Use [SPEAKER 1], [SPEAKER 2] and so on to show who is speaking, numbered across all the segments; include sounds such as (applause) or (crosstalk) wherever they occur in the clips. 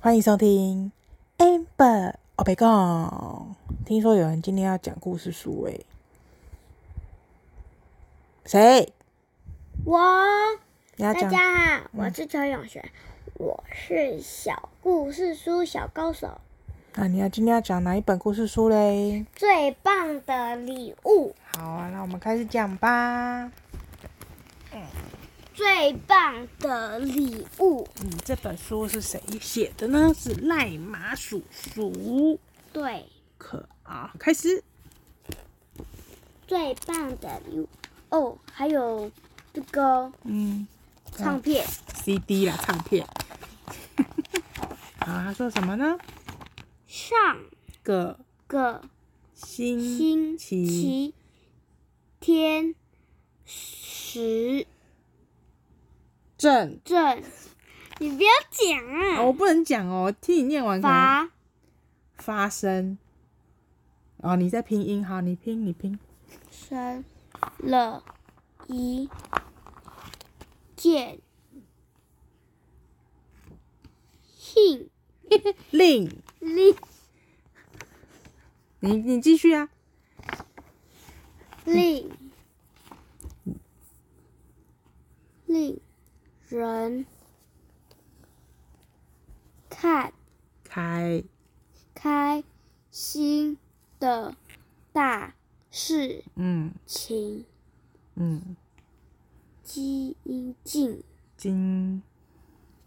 [SPEAKER 1] 欢迎收听 Amber 我被告。听说有人今天要讲故事书欸诶、谁？
[SPEAKER 2] 我
[SPEAKER 1] 你要
[SPEAKER 2] 大
[SPEAKER 1] 讲？
[SPEAKER 2] 家好，我是邱永璇，我是小故事书小高手，
[SPEAKER 1] 那啊你要今天要讲哪一本故事书嘞？
[SPEAKER 2] 最棒的礼物，
[SPEAKER 1] 好啊，那我们开始讲吧。
[SPEAKER 2] 最棒的礼物，
[SPEAKER 1] 嗯，这本书是谁写的呢？是赖马叔叔。
[SPEAKER 2] 对，
[SPEAKER 1] 可啊，开始。
[SPEAKER 2] 最棒的礼物哦，还有这个
[SPEAKER 1] 嗯
[SPEAKER 2] 唱片，
[SPEAKER 1] ，CD 啦，唱片。 (laughs) 好，他说什么呢？
[SPEAKER 2] 上
[SPEAKER 1] 个
[SPEAKER 2] 个
[SPEAKER 1] 星
[SPEAKER 2] 星
[SPEAKER 1] 期
[SPEAKER 2] 期天时
[SPEAKER 1] 正
[SPEAKER 2] 正，你不要讲
[SPEAKER 1] 啊，我
[SPEAKER 2] 啊，
[SPEAKER 1] 不能讲哦，听你念完可能
[SPEAKER 2] 罚
[SPEAKER 1] 发生。哦，你在拼音，好，你拼，你拼。
[SPEAKER 2] 生了一件幸
[SPEAKER 1] 令，
[SPEAKER 2] 令
[SPEAKER 1] 你你继续啊。
[SPEAKER 2] 令令人看
[SPEAKER 1] 开
[SPEAKER 2] 开心的大事
[SPEAKER 1] 嗯
[SPEAKER 2] 情，
[SPEAKER 1] 嗯，
[SPEAKER 2] 基因今
[SPEAKER 1] 今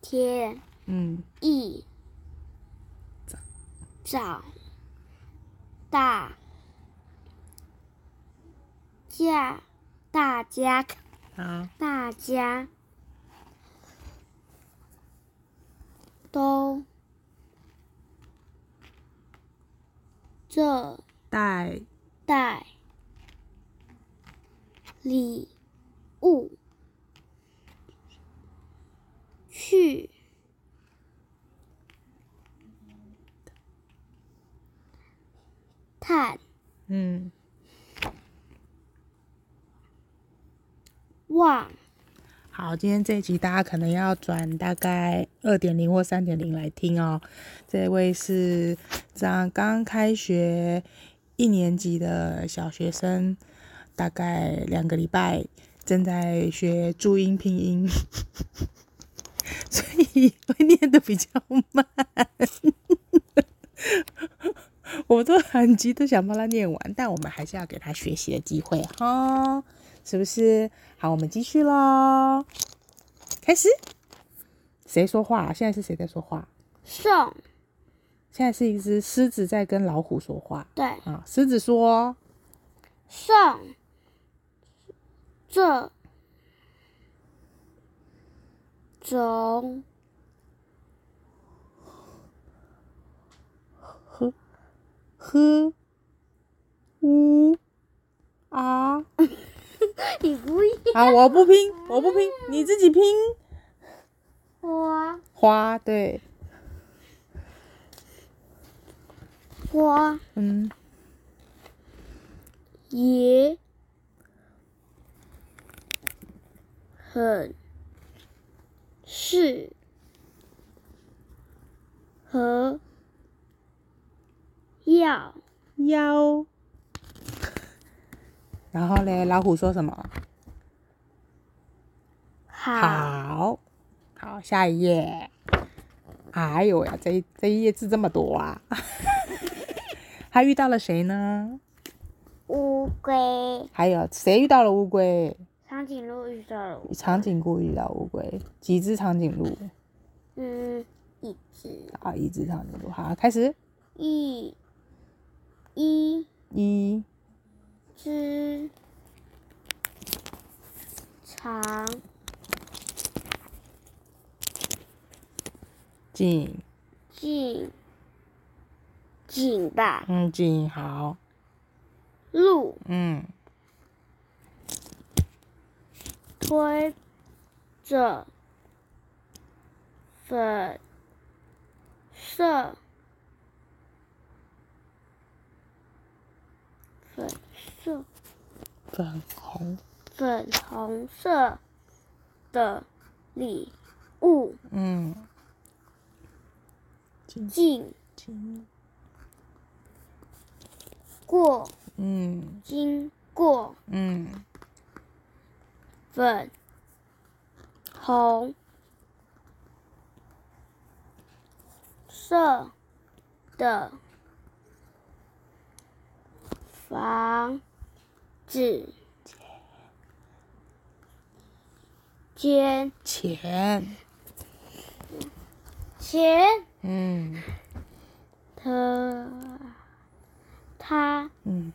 [SPEAKER 2] 天。
[SPEAKER 1] 嗯
[SPEAKER 2] 一长大家大家
[SPEAKER 1] 好，
[SPEAKER 2] 大家都这
[SPEAKER 1] 带
[SPEAKER 2] 袋礼物去探
[SPEAKER 1] 嗯
[SPEAKER 2] 望，
[SPEAKER 1] 好，今天这一集大家可能要转大概二点零或三点零来听哦。这位是刚刚开学一年级的小学生，大概两个礼拜，正在学注音拼音， (laughs) 所以会念的比较慢。 (laughs) 我都很急，都想帮他念完，但我们还是要给他学习的机会哈，是不是？好，我们继续喽，开始。谁说话？现在是谁在说话？
[SPEAKER 2] 送
[SPEAKER 1] 现在是一只狮子在跟老虎说话
[SPEAKER 2] 对
[SPEAKER 1] 啊！狮子说
[SPEAKER 2] 送这种
[SPEAKER 1] 呵呜啊
[SPEAKER 2] 你不要
[SPEAKER 1] 啊！我不拼，我不拼，你自己拼。
[SPEAKER 2] 我
[SPEAKER 1] 花对，
[SPEAKER 2] 我。
[SPEAKER 1] 嗯，
[SPEAKER 2] 也很适合要
[SPEAKER 1] 腰。然后嘞，老虎说什么？
[SPEAKER 2] 好
[SPEAKER 1] 好，好，下一页。哎呦呀，这一这一页字这么多啊！他遇到了谁呢？
[SPEAKER 2] 乌龟。
[SPEAKER 1] 还有谁遇到了乌龟？
[SPEAKER 2] 长颈鹿遇到了乌，
[SPEAKER 1] 长颈鹿遇到乌龟，几只长颈鹿？
[SPEAKER 2] 嗯，一只
[SPEAKER 1] 啊，一只长颈鹿。好，开始。
[SPEAKER 2] 一一
[SPEAKER 1] 一
[SPEAKER 2] 只长
[SPEAKER 1] 颈，
[SPEAKER 2] 颈颈吧
[SPEAKER 1] 嗯，颈好，
[SPEAKER 2] 鹿。
[SPEAKER 1] 嗯，
[SPEAKER 2] 推着粉色粉色
[SPEAKER 1] 粉红，
[SPEAKER 2] 粉红色的礼物
[SPEAKER 1] 嗯，经
[SPEAKER 2] 进
[SPEAKER 1] 经，
[SPEAKER 2] 过
[SPEAKER 1] 嗯
[SPEAKER 2] 经过
[SPEAKER 1] 嗯，
[SPEAKER 2] 粉红色的房子间
[SPEAKER 1] 钱，
[SPEAKER 2] 前
[SPEAKER 1] 嗯
[SPEAKER 2] 的他
[SPEAKER 1] 嗯，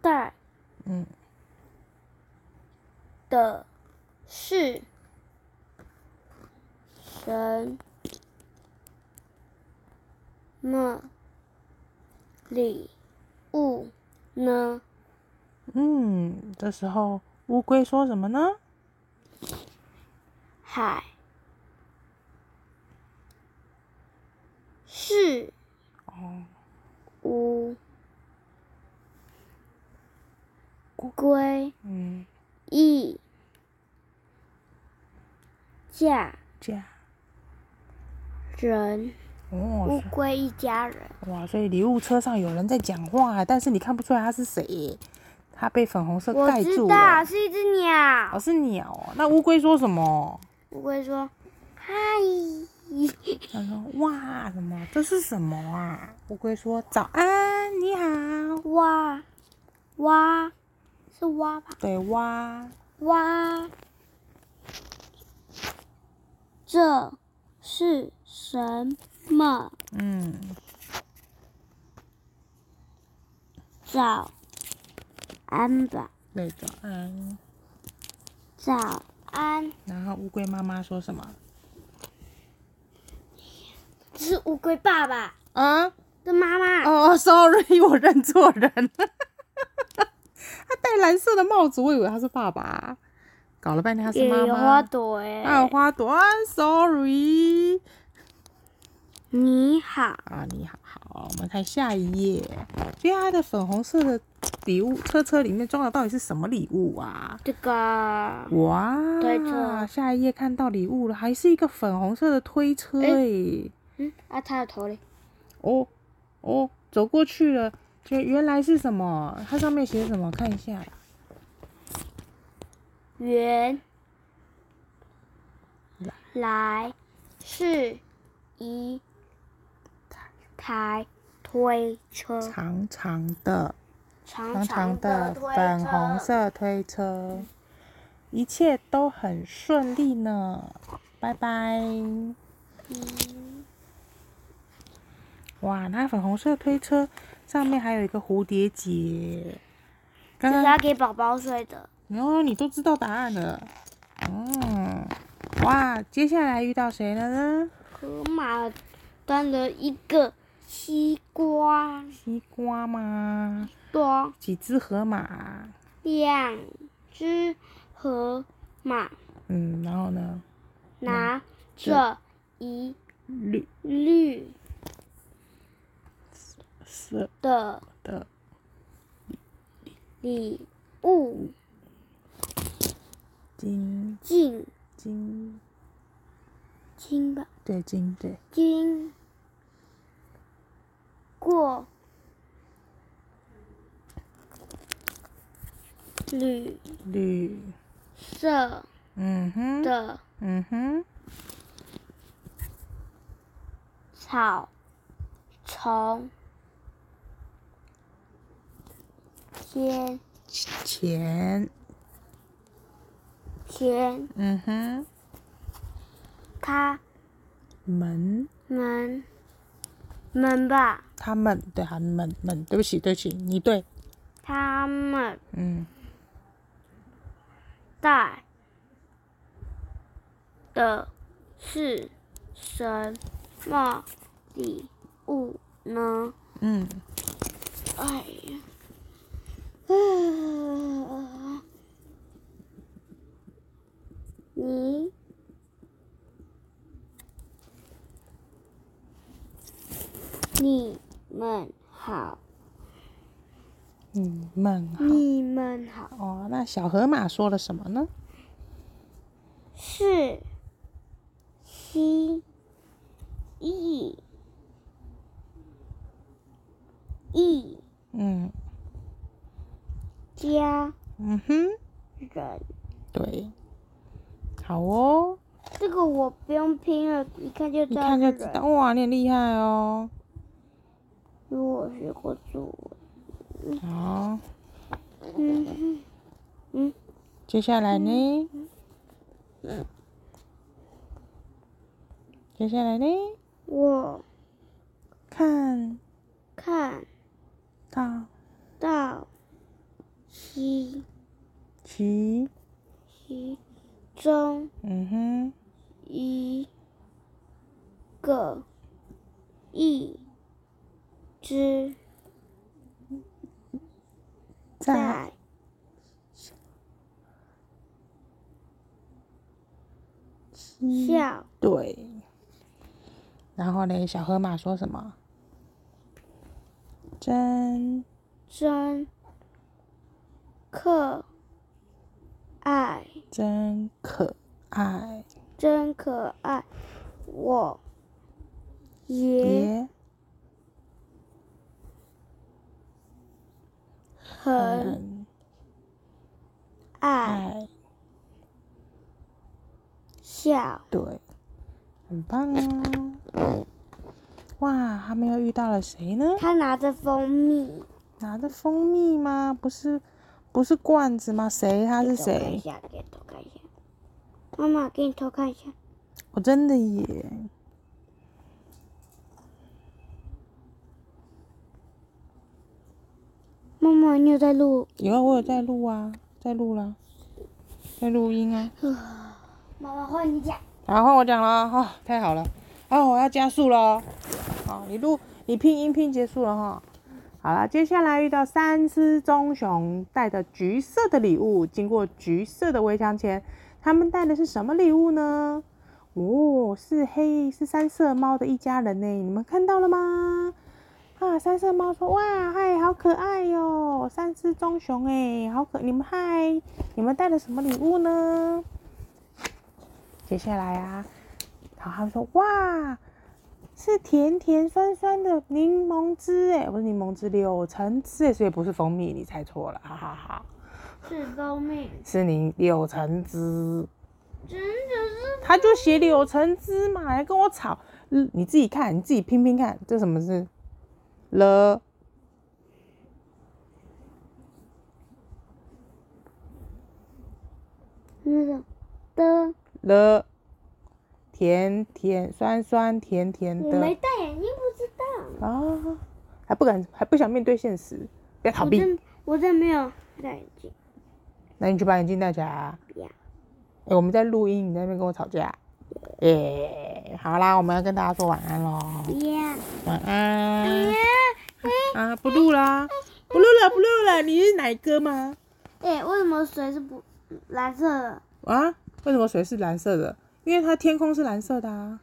[SPEAKER 2] 带
[SPEAKER 1] 嗯
[SPEAKER 2] 的是什么礼物呢？
[SPEAKER 1] 嗯，这时候乌龟说什么呢？
[SPEAKER 2] 海是
[SPEAKER 1] 哦，
[SPEAKER 2] 乌龟
[SPEAKER 1] 嗯，
[SPEAKER 2] 一家
[SPEAKER 1] 家，
[SPEAKER 2] 人，乌
[SPEAKER 1] 哦，
[SPEAKER 2] 龟一家人。
[SPEAKER 1] 哇，所以礼物车上有人在讲话，但是你看不出来他是谁耶，他被粉红色
[SPEAKER 2] 我
[SPEAKER 1] 盖
[SPEAKER 2] 知
[SPEAKER 1] 住
[SPEAKER 2] 道
[SPEAKER 1] 了。
[SPEAKER 2] 是一只鸟
[SPEAKER 1] 哦，。是鸟哦。那乌龟说什么？
[SPEAKER 2] 乌龟说：“嗨，
[SPEAKER 1] 他说：“哇，什么？这是什么啊？”乌龟说：“早安，你好。
[SPEAKER 2] 蛙，蛙，是蛙吧？”
[SPEAKER 1] 对，哇，
[SPEAKER 2] 蛙，这是什么
[SPEAKER 1] 嗯，
[SPEAKER 2] 早安吧？
[SPEAKER 1] 对，早安。
[SPEAKER 2] 早安。
[SPEAKER 1] 然后乌龟妈妈说什么？
[SPEAKER 2] 这是乌龟爸爸
[SPEAKER 1] 啊？
[SPEAKER 2] 的妈妈。
[SPEAKER 1] 哦，sorry，我认错人 (laughs) 了。他戴蓝色的帽子，我以为他是爸爸，搞了半天他是
[SPEAKER 2] 也
[SPEAKER 1] 妈
[SPEAKER 2] 有花
[SPEAKER 1] 妈。
[SPEAKER 2] 朵哎、
[SPEAKER 1] 还有花朵啊，sorry
[SPEAKER 2] 你好，
[SPEAKER 1] 啊，你好好，我们看下一页。所以它的粉红色的礼物车车里面装的到底是什么礼物啊？
[SPEAKER 2] 这个
[SPEAKER 1] 哇，
[SPEAKER 2] 推车
[SPEAKER 1] 下一页看到礼物了，还是一个粉红色的推车哎、
[SPEAKER 2] 哎嗯，啊，他的头嘞，
[SPEAKER 1] 哦哦，走过去了，就原来是什么？它上面写什么？看一下，
[SPEAKER 2] 原来是一台推车，
[SPEAKER 1] 长长的、
[SPEAKER 2] 长
[SPEAKER 1] 长长
[SPEAKER 2] 的
[SPEAKER 1] 的
[SPEAKER 2] 推车
[SPEAKER 1] 粉红，色推车，一切都很顺利呢。拜拜。哇，那粉红色推车上面还有一个蝴蝶结。
[SPEAKER 2] 这
[SPEAKER 1] 刚
[SPEAKER 2] 是
[SPEAKER 1] 刚
[SPEAKER 2] 要给宝宝睡的。
[SPEAKER 1] 哦，你都知道答案了。嗯，哇，接下来遇到谁了呢？
[SPEAKER 2] 河马端了一个西瓜
[SPEAKER 1] 西瓜吗？
[SPEAKER 2] 多
[SPEAKER 1] 几只河马？
[SPEAKER 2] 两只河马
[SPEAKER 1] 嗯，然后呢？
[SPEAKER 2] 拿着一
[SPEAKER 1] 嗯绿
[SPEAKER 2] 绿
[SPEAKER 1] 色
[SPEAKER 2] 的
[SPEAKER 1] 的
[SPEAKER 2] 礼物
[SPEAKER 1] 金
[SPEAKER 2] 进
[SPEAKER 1] 金，
[SPEAKER 2] 亲吧。
[SPEAKER 1] 对金对，
[SPEAKER 2] 经过绿
[SPEAKER 1] 绿，
[SPEAKER 2] 色
[SPEAKER 1] 嗯哼，
[SPEAKER 2] 的
[SPEAKER 1] 嗯哼，
[SPEAKER 2] 草丛前
[SPEAKER 1] 钱，
[SPEAKER 2] 前，
[SPEAKER 1] 嗯哼，
[SPEAKER 2] 他
[SPEAKER 1] 门，
[SPEAKER 2] 们们吧，
[SPEAKER 1] 他们对他们们，对不起对不起，你对，
[SPEAKER 2] 他们
[SPEAKER 1] 嗯，
[SPEAKER 2] 带的是什么礼物呢？
[SPEAKER 1] 嗯，
[SPEAKER 2] 哎呀，啊你你们好，
[SPEAKER 1] 你们好。
[SPEAKER 2] 你们好，
[SPEAKER 1] 哦，那小河马说了什么呢？
[SPEAKER 2] 四、七、一、一
[SPEAKER 1] 嗯
[SPEAKER 2] 家
[SPEAKER 1] 嗯哼，
[SPEAKER 2] 人。
[SPEAKER 1] 对，好哦，
[SPEAKER 2] 这个我不用拼了，一看就知
[SPEAKER 1] 一
[SPEAKER 2] 道
[SPEAKER 1] 看
[SPEAKER 2] 是
[SPEAKER 1] 就
[SPEAKER 2] 人。
[SPEAKER 1] 知道，哇，你很厉害哦。
[SPEAKER 2] 如果学过作文，
[SPEAKER 1] 好，
[SPEAKER 2] 嗯，嗯
[SPEAKER 1] 接下来呢？接下来呢？
[SPEAKER 2] 我
[SPEAKER 1] 看
[SPEAKER 2] 看
[SPEAKER 1] 到
[SPEAKER 2] 到西
[SPEAKER 1] 其，
[SPEAKER 2] 西中
[SPEAKER 1] 嗯哼，
[SPEAKER 2] 一个一只
[SPEAKER 1] 在
[SPEAKER 2] 在笑，
[SPEAKER 1] 对。然后嘞，小河马说什么？真
[SPEAKER 2] 真可爱，
[SPEAKER 1] 真可爱，
[SPEAKER 2] 真可爱，我也
[SPEAKER 1] 也
[SPEAKER 2] 很
[SPEAKER 1] 很
[SPEAKER 2] 爱
[SPEAKER 1] 爱，
[SPEAKER 2] 笑。
[SPEAKER 1] 对，很棒哦。哇，他们又遇到了谁呢？
[SPEAKER 2] 他拿着蜂蜜，
[SPEAKER 1] 拿着蜂蜜吗？不是，不是罐子吗？谁？他是
[SPEAKER 2] 给我看
[SPEAKER 1] 谁？
[SPEAKER 2] 一下，给我偷看一下。妈妈，给你偷看一下。
[SPEAKER 1] 我真的耶！
[SPEAKER 2] 妈妈，你有在录？
[SPEAKER 1] 有啊，我有在录啊，在录啦，在录音啊。
[SPEAKER 2] 妈妈换你讲。
[SPEAKER 1] 好，换我讲了哦，太好了，哦，我要加速了哦。好，你录，你拼音拼结束了哈。好了，接下来遇到三只棕熊，带着橘色的礼物，经过橘色的围墙前，他们带的是什么礼物呢？哦，是黑是三色猫的一家人呢，你们看到了吗？啊，三色猫说：“哇，嗨，好可爱哟、三只棕熊哎，好可，你们嗨，你们带了什么礼物呢？”接下来啊，然后他们说：“哇，是甜甜酸酸的柠檬汁哎，不是柠檬汁，柳橙汁哎，所以不是蜂蜜，你猜错了，哈哈哈，
[SPEAKER 2] 是蜂蜜，
[SPEAKER 1] 是你柳橙汁。”
[SPEAKER 2] 真的是
[SPEAKER 1] 他就写柳橙汁嘛，还跟我吵，嗯你自己看，你自己拼拼看，这什么字？了，
[SPEAKER 2] 那种的。
[SPEAKER 1] 了，甜甜酸酸甜甜
[SPEAKER 2] 我
[SPEAKER 1] 的
[SPEAKER 2] 没戴眼镜，不知道。
[SPEAKER 1] 啊，还不敢，还不想面对现实，不要逃
[SPEAKER 2] 我
[SPEAKER 1] 避。
[SPEAKER 2] 真我真没有戴眼镜。
[SPEAKER 1] 那你去把眼镜戴起来、啊。
[SPEAKER 2] 不要
[SPEAKER 1] 哎、我们在录音，你在那边跟我吵架。耶、好啦，我们要跟大家说晚安喽，
[SPEAKER 2] 不要。
[SPEAKER 1] 晚安。啊，不录啦，不录了，不录了。你是奶哥吗？
[SPEAKER 2] 哎，为什么水是不蓝色的？
[SPEAKER 1] 啊？为什么水是蓝色的？因为它天空是蓝色的啊。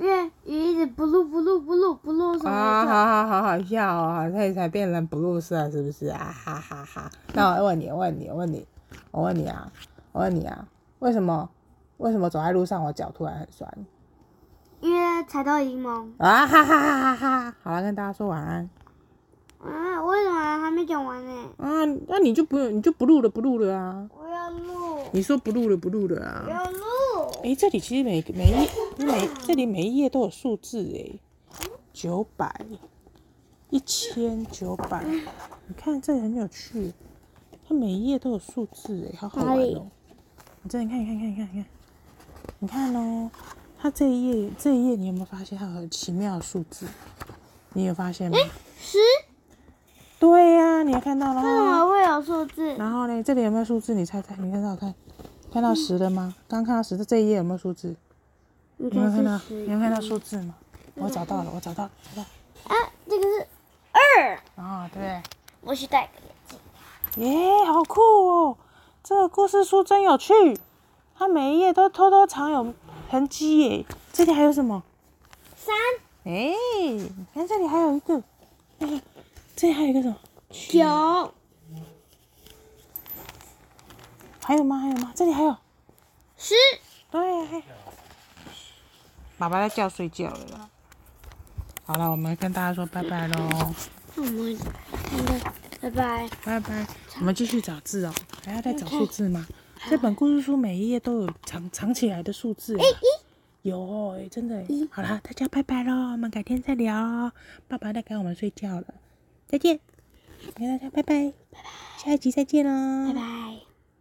[SPEAKER 2] 因为鱼一直不露不露不露不露什
[SPEAKER 1] 啊，
[SPEAKER 2] 么的。
[SPEAKER 1] 好好好好笑哦，所以才变成 blue 色，是不是啊？哈哈 (laughs) 哈。那我问你，我问你，我问你，我问你啊，我问你啊，为什么为什么走在路上我脚突然很酸？
[SPEAKER 2] 因为踩到柠檬。
[SPEAKER 1] 啊哈哈哈哈哈！好了，跟大家说晚安
[SPEAKER 2] 啊，为什么还没讲完呢？
[SPEAKER 1] 啊！那你就不用，你就不录了，不录了啊！
[SPEAKER 2] 我要录，
[SPEAKER 1] 你说不录了，不录了
[SPEAKER 2] 我
[SPEAKER 1] 啊！
[SPEAKER 2] 要录。
[SPEAKER 1] 诶，这里其实每每一每这里每一页都有数字诶，九百、一千、九百，你看这里很有趣，它每一页都有数字诶，好好玩
[SPEAKER 2] 哪里
[SPEAKER 1] 哦！你这里看，你看，你看，你看，你看，你看哦，它这一页这一页你有没有发现它有很奇妙的数字？你有发现吗？
[SPEAKER 2] 十？
[SPEAKER 1] 对呀、你也看到了
[SPEAKER 2] 为什
[SPEAKER 1] 哈。
[SPEAKER 2] 么会有数字？
[SPEAKER 1] 然后呢，这里有没有数字？你猜猜，你看到看，看到十了吗？刚看到十的这一页有没有数字？
[SPEAKER 2] 你
[SPEAKER 1] 你有看到
[SPEAKER 2] 是？
[SPEAKER 1] 你
[SPEAKER 2] 十
[SPEAKER 1] 有看到数字吗？我找到了，我找到了，找到了。
[SPEAKER 2] 啊，这个是二。
[SPEAKER 1] 哦，对，
[SPEAKER 2] 我去戴个眼镜。
[SPEAKER 1] 耶，好酷哦！这个故事书真有趣，它每一页都偷偷藏有痕迹耶。这里还有什么？
[SPEAKER 2] 三，
[SPEAKER 1] 哎，你看这里还有一个，那个，这里还有一个什么？
[SPEAKER 2] 九，
[SPEAKER 1] 还有吗？还有吗？这里还有。
[SPEAKER 2] 十，
[SPEAKER 1] 啊，对，爸爸在叫睡觉了啦。好了，我们跟大家说拜拜喽，
[SPEAKER 2] 那我们拜拜。
[SPEAKER 1] 拜拜。我们继续找字哦，还要再找数字吗？这本故事书每一页都有藏藏起来的数字啊，有哦，哎真的耶。好啦，大家拜拜喽，我们改天再聊哦。爸爸在赶我们睡觉了，再见，跟大家拜拜，拜拜，下一集再见喽，
[SPEAKER 2] 拜拜。